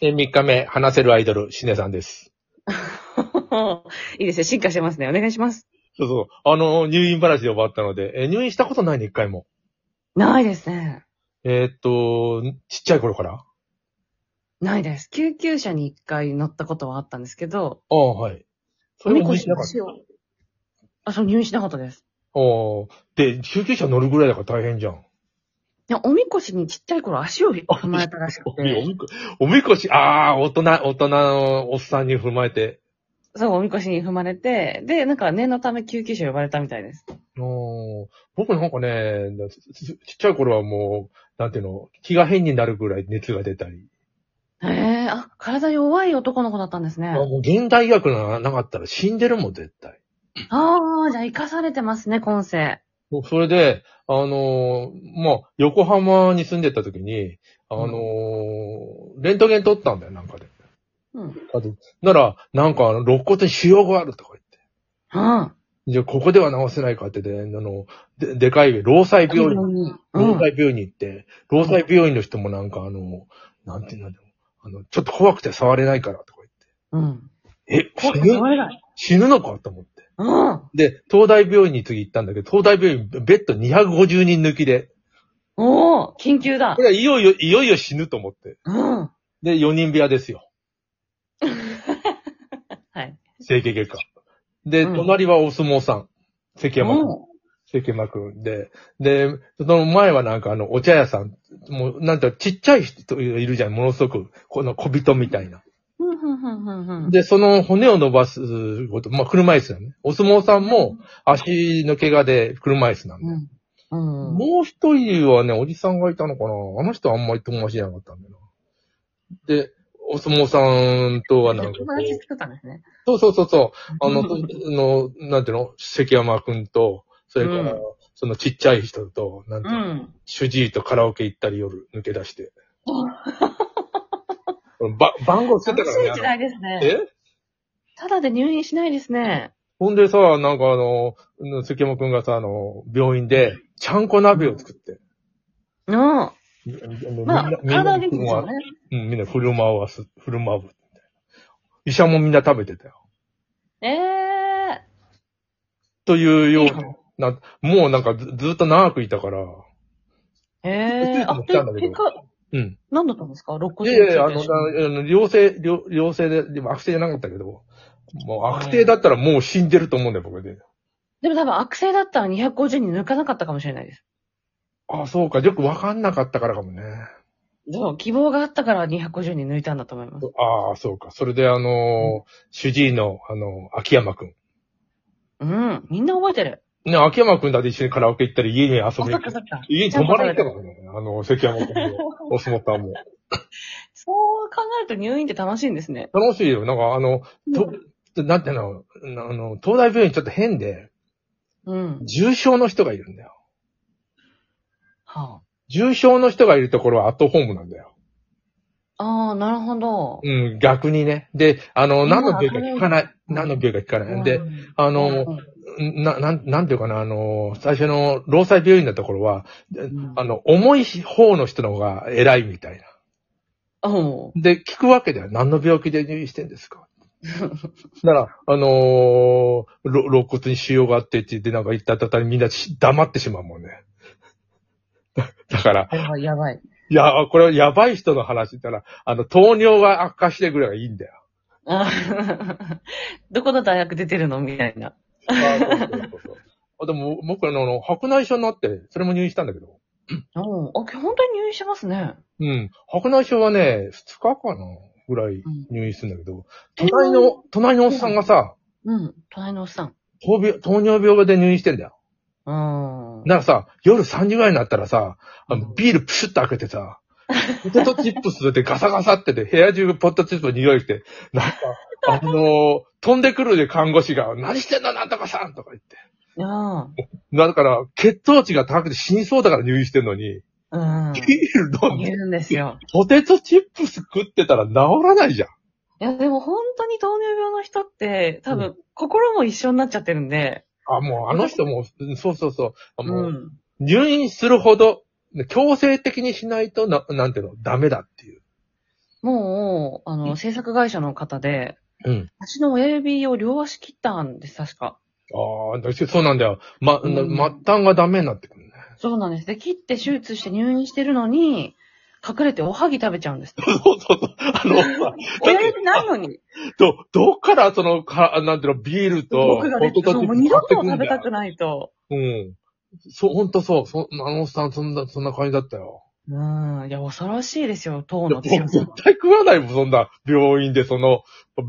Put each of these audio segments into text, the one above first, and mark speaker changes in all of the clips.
Speaker 1: 三日目、話せるアイドル、シネさんです。
Speaker 2: いいですよ。進化してますね。お願いします。
Speaker 1: そうそう。あの、入院話で終わったので、えー入院したことないね、一回も。
Speaker 2: ないですね。
Speaker 1: えーっと、ちっちゃい頃からあ
Speaker 2: ないです。救急車に一回乗ったことはあったんですけど、
Speaker 1: あ、はい。それも入院しなかった。
Speaker 2: 腰を。あ、そう、入院しなかったです。
Speaker 1: おで、救急車乗るぐらいだから大変じゃん。
Speaker 2: いや、おみこしにちっちゃい頃足を踏まえたらしく
Speaker 1: おみお
Speaker 2: て、
Speaker 1: みこ、おみこし、ああ、大人、大人のおっさんに踏まえて。
Speaker 2: そう、おみこしに踏まれて、で、なんか念のため救急車呼ばれたみたいです。
Speaker 1: おー僕なんかね、ちちっちゃい頃はもう、なんていうの、気が変になるぐらい熱が出たり。
Speaker 2: へえ、あ、体弱い男の子だったんですね。
Speaker 1: あもう現代医学がなかったら死んでるもん、絶対。
Speaker 2: ああ、じゃあ生かされてますね、今世。
Speaker 1: もうそれで、あのーまあ、横浜に住んでた時に、あのーレントゲン撮ったんだよ、なんかで。
Speaker 2: うん。
Speaker 1: あとなら、なんか、あの肋骨に腫瘍があるとか言って。
Speaker 2: うん。
Speaker 1: じゃあ、ここでは治せないかってで、あの、で、でかい、労災病院、
Speaker 2: うん
Speaker 1: 労災病院に行って、労災病院の人もなんか、あの、なんていうんだろう、あの、ちょっと怖くて触れないからとか
Speaker 2: うん。
Speaker 1: 言って。え、死ぬ
Speaker 2: 触れない。
Speaker 1: 死ぬのかと思って。
Speaker 2: うん。
Speaker 1: で、東大病院に次行ったんだけど、東大病院、ベッド250人抜きで、
Speaker 2: おお緊急だ
Speaker 1: こ。れはいよいよ、いよいよ死ぬと思って。
Speaker 2: うん。は
Speaker 1: で、4人部屋ですよ。
Speaker 2: い。
Speaker 1: 整形外科。で、
Speaker 2: うん
Speaker 1: 隣はお相撲さん。関山君。
Speaker 2: う
Speaker 1: 関山君で。で、その前はなんかあの、お茶屋さん。もう、なんてちっちゃい人いるじゃん。ものすごく、この小人みたいな。
Speaker 2: ふんふんふんふんふん。
Speaker 1: で、その骨を伸ばすこと、まあ、車椅子なのね。お相撲さんも足の怪我で車椅子なの。
Speaker 2: うん。うん。
Speaker 1: もう一人はね、おじさんがいたのかなあの人はあんまり友達じゃなかったんだよな。で、お相撲さんとはなんかこ
Speaker 2: 友
Speaker 1: う
Speaker 2: 達、作ったんですね。
Speaker 1: そうそうそう そう、あの、
Speaker 2: うん
Speaker 1: とあの、なんていうの関山くんと、それから、
Speaker 2: うん
Speaker 1: そのちっちゃい人と、なんて
Speaker 2: う
Speaker 1: いうの、
Speaker 2: ん。
Speaker 1: 主治医とカラオケ行ったり夜抜け出 して。ば、番号つけた
Speaker 2: 楽
Speaker 1: か
Speaker 2: しい
Speaker 1: ら
Speaker 2: 時
Speaker 1: ね。
Speaker 2: 代です
Speaker 1: あの
Speaker 2: ね。
Speaker 1: え
Speaker 2: ただで入院しないですね。
Speaker 1: ほんでさ、なんかあの、関山くんがさ、あの、病院で、ちゃんこ鍋を作って。
Speaker 2: うん。
Speaker 1: み
Speaker 2: まあ、体は元気ですよね。
Speaker 1: うん、みんな振る舞わす、振る舞うみたいな。医者もみんな食べてたよ。
Speaker 2: ええ
Speaker 1: というよ
Speaker 2: ー。
Speaker 1: うな、もうなんかずずっと長くいたから、
Speaker 2: ええー。あ、
Speaker 1: 手術もしたんだ
Speaker 2: で、
Speaker 1: けど
Speaker 2: 結果、
Speaker 1: うん。
Speaker 2: 何だったんですか肋
Speaker 1: い
Speaker 2: 骨
Speaker 1: やいやいや、あの、なあの良性、良良性で、でも悪性じゃなかったけど、もう悪性だったらもう死んでると思うんだよ、僕で。
Speaker 2: でも多分悪性だったら250に抜かなかったかもしれないです。
Speaker 1: ああ、そうか。よくわかんなかったからかもね。
Speaker 2: そう、希望があったから250に抜いたんだと思います。
Speaker 1: ああ、そうか。それで、あのー主治医の、あのー秋山くん。
Speaker 2: うん。みんな覚えてる。
Speaker 1: ね、秋山くんだって一緒にカラオケ行ったり、家に
Speaker 2: あ、そ
Speaker 1: 遊
Speaker 2: っ
Speaker 1: びに
Speaker 2: か
Speaker 1: 行っ
Speaker 2: そ
Speaker 1: た
Speaker 2: っ
Speaker 1: り。
Speaker 2: か。
Speaker 1: 家に泊まりに行ったからね。あの、関山くんも、お相撲さんも。
Speaker 2: そう考えると入院って楽しいんですね。
Speaker 1: 楽しいよ。なんかあの、と、なんていうの、あの、東大病院ちょっと変で、
Speaker 2: うん。
Speaker 1: 重症の人がいるんだよ。
Speaker 2: は
Speaker 1: 重症の人がいるところはアットホームなんだよ。
Speaker 2: あ。ああ、なるほど。
Speaker 1: うん、逆にね。で、あの、
Speaker 2: うん
Speaker 1: 何の病気か聞かない。
Speaker 2: うん
Speaker 1: 何の病気か聞か
Speaker 2: う
Speaker 1: ない。
Speaker 2: ん
Speaker 1: で、、あの、
Speaker 2: うん
Speaker 1: な、なん、なんていうかな、あの、最初の労災病院のところは、
Speaker 2: うん
Speaker 1: あの、重い方の人の方が偉いみたいな。
Speaker 2: うん
Speaker 1: で、聞くわけだよ。何の病気で入院してんです かなら、あのー、ろ肋骨に腫瘍があってって言ってなんか言ったたたりみんなし黙ってしまうもんね。だだから、
Speaker 2: これはやばい。
Speaker 1: いや、これはやばい人の話ったら、あの、糖尿が悪化してくればいいんだよ。
Speaker 2: あどこの大学出てるのみたいな。
Speaker 1: あそうそうそうそうあでも、僕あの、白内障になって、それも入院したんだけど。
Speaker 2: うん。あ、本当に入院してますね。
Speaker 1: うん。白内障はね、2日かなぐらい
Speaker 2: うん
Speaker 1: 入院するんだけど、隣の、隣のおっさんがさ、
Speaker 2: うん。隣のおっさん。
Speaker 1: 糖病糖尿病で入院してんだよ。
Speaker 2: うん。
Speaker 1: ならさ、夜3時ぐらいになったらさ、あのビールプシュッと開けてさ、ポテトチップスでガサガサってて、部屋中ポテトチップスの匂いして、なんか、あのー飛んでくるで看護師が、何してんのなんとかさんとか言って。
Speaker 2: うん。
Speaker 1: だから、血糖値が高くて死にそうだから入院してんのに、
Speaker 2: うん。
Speaker 1: ビール飲ん
Speaker 2: い
Speaker 1: で、
Speaker 2: るんですよ。
Speaker 1: ポテトチップス食ってたら治らないじゃん。
Speaker 2: いや、でも本当に糖尿病の人って、多分、心も一緒になっちゃってるんで。
Speaker 1: あ、もうあの人も、うんそうそうそう。あ
Speaker 2: う。
Speaker 1: もうん入院するほど、強制的にしないとな、なんていうの、ダメだっていう。
Speaker 2: もう、あ
Speaker 1: うん
Speaker 2: の、制作会社の方で、
Speaker 1: うん。
Speaker 2: 足の親指を両足切ったんです、確か。
Speaker 1: ああ、だそうなんだよ。ま、な
Speaker 2: うん
Speaker 1: 末端がダメになってくるね。
Speaker 2: そうなんです。で、切って手術して入院してるのに、隠れておはぎ食べちゃうんです。
Speaker 1: そうそうそう。あの、
Speaker 2: 親指ないのに。
Speaker 1: ど、どっからその、か、なんていうの、ビールと、
Speaker 2: 僕がね、そう、もう二度と食べたく
Speaker 1: い。
Speaker 2: ないと。
Speaker 1: うん。そう、ほんとそう。そ、あのおっさん、そんな、そんな感じだったよ。
Speaker 2: うん。いや、恐ろしいですよ、糖
Speaker 1: も
Speaker 2: の
Speaker 1: う
Speaker 2: 強さ
Speaker 1: 絶。対食わないもん、そんな、病院で、その、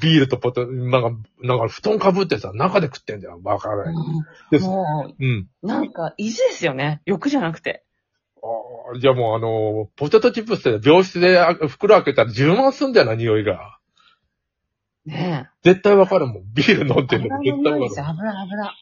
Speaker 1: ビールとポテト、なんか、なんか、布団かぶってさ、中で食ってんだよ、バカが。で
Speaker 2: うん も
Speaker 1: うん。
Speaker 2: う、なんか、意地ですよね。欲じゃなくて。
Speaker 1: ああ、じゃあもうあのー、ポテトチップスって病室であ袋開けたら10万すんだよな、匂いが。
Speaker 2: ねえ。
Speaker 1: 絶対わかるもん。ビール飲んでる
Speaker 2: 油
Speaker 1: の絶
Speaker 2: の
Speaker 1: 対
Speaker 2: 匂い
Speaker 1: わ
Speaker 2: です
Speaker 1: か
Speaker 2: よ、
Speaker 1: る。
Speaker 2: 油、油。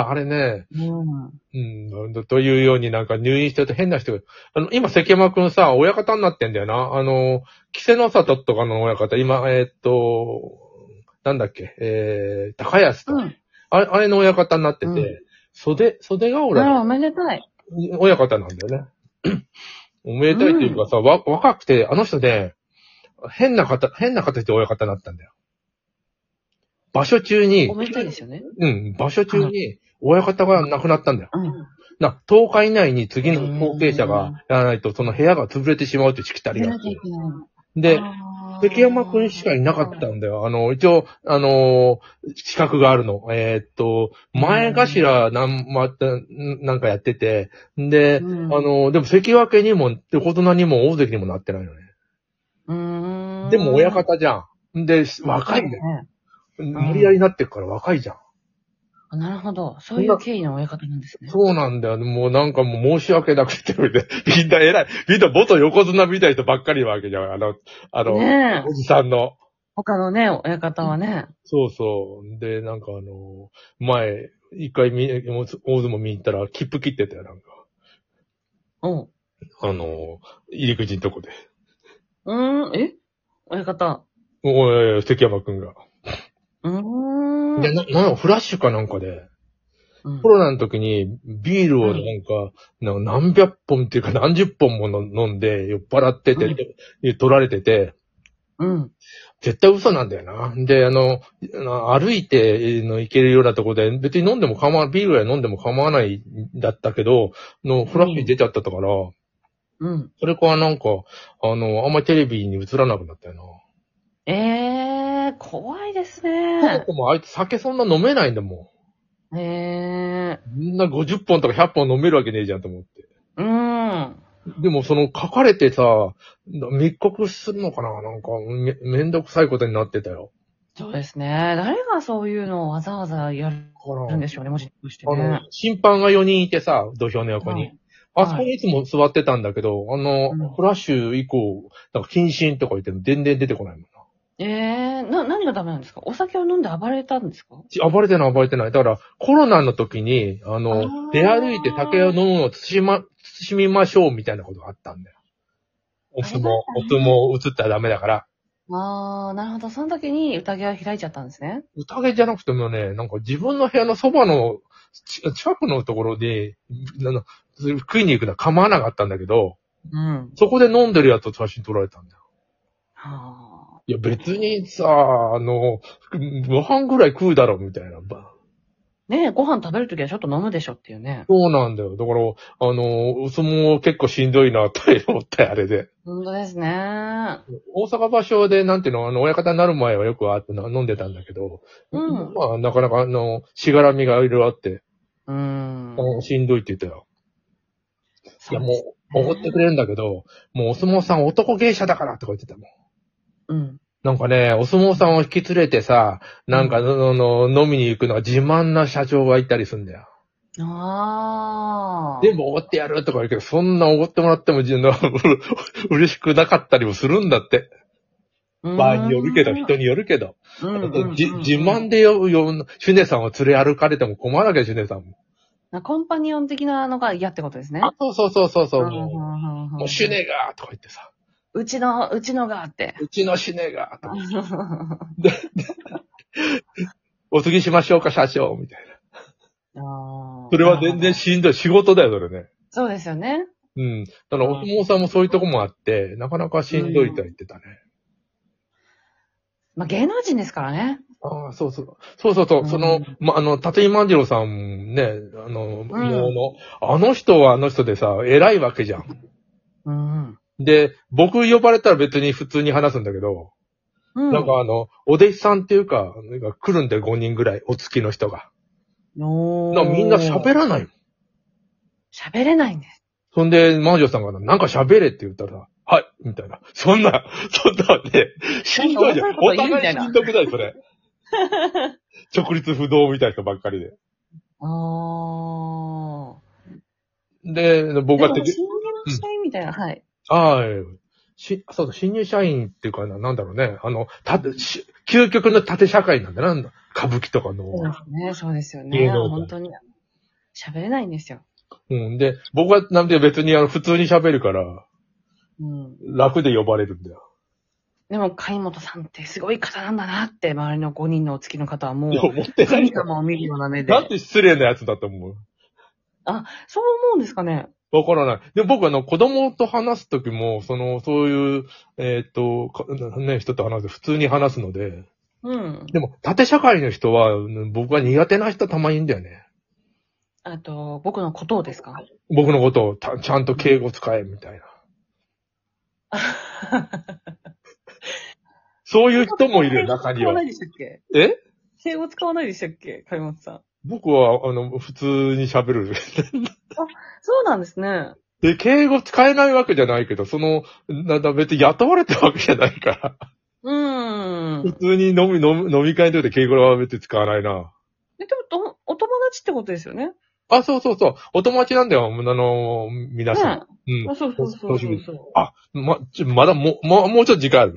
Speaker 1: 油、あれね。
Speaker 2: うん。
Speaker 1: うん、なんだというようになんか入院してると変な人が、あの、今、関山くんさ、親方になってんだよな。あのー、稀勢の里とかの親方、今、えーっと、なんだっけ、えー、高安とか、
Speaker 2: うん。
Speaker 1: あれ、あれの親方になってて、
Speaker 2: うん
Speaker 1: 袖、袖が俺
Speaker 2: だからおめでたい。
Speaker 1: 親方なんだよね。 おめでたいというかさ、わ、若くて、あの人ね、変な方、変な形で親方になったんだよ。場所中に
Speaker 2: お、めでたいですよね。
Speaker 1: うん、場所中に、親方が亡くなったんだよ。
Speaker 2: うん。
Speaker 1: な、10日以内に次の後継者がやらないと、その部屋が潰れてしまうというしきたり
Speaker 2: 出
Speaker 1: があっ
Speaker 2: なきゃい
Speaker 1: て。
Speaker 2: けない。
Speaker 1: で、
Speaker 2: あー、
Speaker 1: 関山くんしかいなかったんだよ。あの、一応、あのー資格があるの。えーっと、前頭なん、ま、なんかやってて、で、
Speaker 2: うん
Speaker 1: あの、でも関脇にも、横綱にも大関にもなってないよね。
Speaker 2: うーん。
Speaker 1: でも親方じゃん。で、若いね。
Speaker 2: ね。
Speaker 1: 無理やりなってくから若いじゃん。
Speaker 2: あなるほど。そういう経緯の親方なんですね。
Speaker 1: そうなんだよ。もうなんかもう申し訳なくて、みんな偉い。みんな元横綱みたいな人ばっかりなわけじゃん。あの、あの、
Speaker 2: ねえ。
Speaker 1: おじさんの。
Speaker 2: 他のね、親方はね。
Speaker 1: そうそう。で、なんかあの、前、一回見、大相撲見に行ったら、切符切ってたよ、なんか。
Speaker 2: うん。う
Speaker 1: あの、入り口のとこで。
Speaker 2: ーん、え親方。
Speaker 1: おい、関山くんが。
Speaker 2: うーん。
Speaker 1: で、な、なんかフラッシュかなんかで、
Speaker 2: うん
Speaker 1: コロナの時にビールをなんか、なんか何百本っていうか何十本もの飲んで酔っ払ってて、
Speaker 2: うん
Speaker 1: で取られてて、
Speaker 2: うん。
Speaker 1: 絶対嘘なんだよな。で、あの、あの歩いてえーの行けるようなとこで、別に飲んでも構わビールぐらい飲んでも構わないんだったけど、のフラッシュ出ちゃったから、
Speaker 2: うん。
Speaker 1: それからなんか、あの、あんまりテレビに映らなくなったよな。
Speaker 2: えー、怖いです
Speaker 1: そも
Speaker 2: ね。
Speaker 1: そもあいつ酒そんな飲めないんだも
Speaker 2: えー、
Speaker 1: ん。みんな50本とか100本飲めるわけねえじゃんと思って。
Speaker 2: うーん。
Speaker 1: でもその書かれてさ、密告するのかななんかめ、めんどくさいことになってたよ。
Speaker 2: そうですね。誰がそういうのをわざわざやる
Speaker 1: ほら
Speaker 2: んでしょうね、もしかして
Speaker 1: あの
Speaker 2: ね。、
Speaker 1: 審判が4人いてさ、土俵の横に。
Speaker 2: はい
Speaker 1: あそこにいつも座ってたんだけど、あの、
Speaker 2: うん
Speaker 1: フラッシュ以降、なんか謹慎とか言っても全然出てこないもんな。
Speaker 2: えー、な、何がダメなんですかお酒を飲んで暴れたんですか
Speaker 1: ち暴れてない暴れてない。だから、コロナの時に、あの、
Speaker 2: あー
Speaker 1: 出歩いて酒を飲むのを慎ま、慎みましょうみたいなことがあったんだよ。お相撲、お相撲映ったらダメだから。
Speaker 2: あー、なるほど。その時に宴は開いちゃったんですね。
Speaker 1: 宴じゃなくてもね、なんか自分の部屋のそばの、ち近くのところで、あの食いに行くのは構わなかったんだけど、
Speaker 2: うん。
Speaker 1: そこで飲んでるやつを写真撮られたんだよ。
Speaker 2: はい
Speaker 1: や別にさ、あの、ご飯ぐらい食うだろ、みたいな。ば
Speaker 2: ー。ねえ、ご飯食べるときはちょっと飲むでしょっていうね。
Speaker 1: そうなんだよ。だから、あの、お相撲結構しんどいな、って思ったよあれで。
Speaker 2: 本当ですね。
Speaker 1: 大阪場所で、なんていうの、あの、親方になる前はよくあってな飲んでたんだけど、
Speaker 2: うん
Speaker 1: まあ、なかなか、あの、しがらみがいろいろあって、
Speaker 2: うーん
Speaker 1: あ。のしんどいって言ってたよ。いや、
Speaker 2: そうで
Speaker 1: もう、おごってくれるんだけど、もうお相撲さん男芸者だからとか言ってたもん。
Speaker 2: すうん。
Speaker 1: なんかね、お相撲さんを引き連れてさ、なんか、ののの飲みに行くのは自慢な社長がいたりすんだよ。
Speaker 2: ああ。
Speaker 1: 全部おごってやるとか言うけど、そんなおごってもらっても自分の 嬉しくなかったりもするんだって。
Speaker 2: も
Speaker 1: 場合によるけど、人によるけど。
Speaker 2: うん
Speaker 1: だ
Speaker 2: う
Speaker 1: っ
Speaker 2: ん
Speaker 1: て
Speaker 2: うん
Speaker 1: じ自慢でよ、よ、シュネさんを連れ歩かれても困るわけよ、シュネさんも。
Speaker 2: なコンパニオン的なのが嫌ってことですね。
Speaker 1: あ、そうそうそうそうそう。
Speaker 2: んん
Speaker 1: も
Speaker 2: んん
Speaker 1: う、もうシュネがとか言ってさ、
Speaker 2: うちの、うちのがあって。
Speaker 1: うちのシュネがとか言って、お継ぎしましょうか、社長、みたいな。
Speaker 2: そ
Speaker 1: それは全然しんどい。仕事だよ、それね。
Speaker 2: そうですよね。
Speaker 1: うん。だから、お相撲さんもそういうとこもあって、なかなかしんどいとは言ってたね。
Speaker 2: まあ芸能人ですからね。
Speaker 1: ああ、そうそう。そうそうそう。
Speaker 2: うん
Speaker 1: その、ま、あの、立井万次郎さんね、あの、も
Speaker 2: ん
Speaker 1: うの、あの人はあの人でさ、偉いわけじゃん。
Speaker 2: うん。
Speaker 1: で、僕呼ばれたら別に普通に話すんだけど、
Speaker 2: うん。
Speaker 1: なんかあの、お弟子さんっていうか、なんか来るんで5人ぐらい、お付きの人が。
Speaker 2: おー、
Speaker 1: だからみんな喋らないもん。
Speaker 2: 喋れないんです。
Speaker 1: そんで、万次郎さんがなんか喋れって言ったら、はい、みたいな。そんな、そんなね、しんどいじゃん。
Speaker 2: なんか
Speaker 1: お
Speaker 2: 遅いこと言うみた
Speaker 1: 互
Speaker 2: い
Speaker 1: い
Speaker 2: な
Speaker 1: しんどくない、そ れ。直立不動みたいな人ばっかりで。
Speaker 2: ああ。
Speaker 1: で、僕はて
Speaker 2: でも
Speaker 1: き
Speaker 2: 新入社員みたいな、はい。
Speaker 1: ああ、し、そうそう、新入社員っていうかな、なんだろうね。あの、た、し究極の縦社会なんだな、歌舞伎とかの。
Speaker 2: そうですね、そうですよ
Speaker 1: 芸
Speaker 2: ね。
Speaker 1: 能界
Speaker 2: 本当に。喋れないんですよ。
Speaker 1: うん。で、僕はなんで別にあの、普通に喋るから、
Speaker 2: うん。
Speaker 1: 楽で呼ばれるんだよ。
Speaker 2: でも、貝本さんってすごい方なんだなって、周りの5人のお付きの方はも
Speaker 1: いや、
Speaker 2: う、
Speaker 1: 思ってない
Speaker 2: 神
Speaker 1: よ。
Speaker 2: 様を見るような目で。
Speaker 1: なんて失礼なやつだと思う。
Speaker 2: そう思うんですかね。
Speaker 1: わからない。で、僕はあの、子供と話すときも、その、そういう、えーっと、かね、人と話す、普通に話すので、
Speaker 2: うん。
Speaker 1: でも、縦社会の人は、うん僕は苦手な人たまにいるんだよね。
Speaker 2: あと、僕のことをですか
Speaker 1: 僕のことをたちゃんと敬語使え、みたいな。そういう人もいるよ、中に
Speaker 2: 使わな
Speaker 1: は。
Speaker 2: いでしたっけ
Speaker 1: え
Speaker 2: 敬語使わないでしたっけ貝本さん。
Speaker 1: 僕は、あの、普通に喋る。
Speaker 2: そうなんですね。
Speaker 1: で、敬語使えないわけじゃないけど、その、なんだ、別に雇われたわけじゃないから。
Speaker 2: うーん。
Speaker 1: 普通に飲み、飲み飲み会の時で敬語は別に使わないな。
Speaker 2: え、でもお、お友達ってことですよね。
Speaker 1: あ、そうそうそう。お友達なんだよ、あの、皆さん。
Speaker 2: ねあそうそうそうそうそう。
Speaker 1: ま、ちょまだもう、もうもうちょっと時間ある。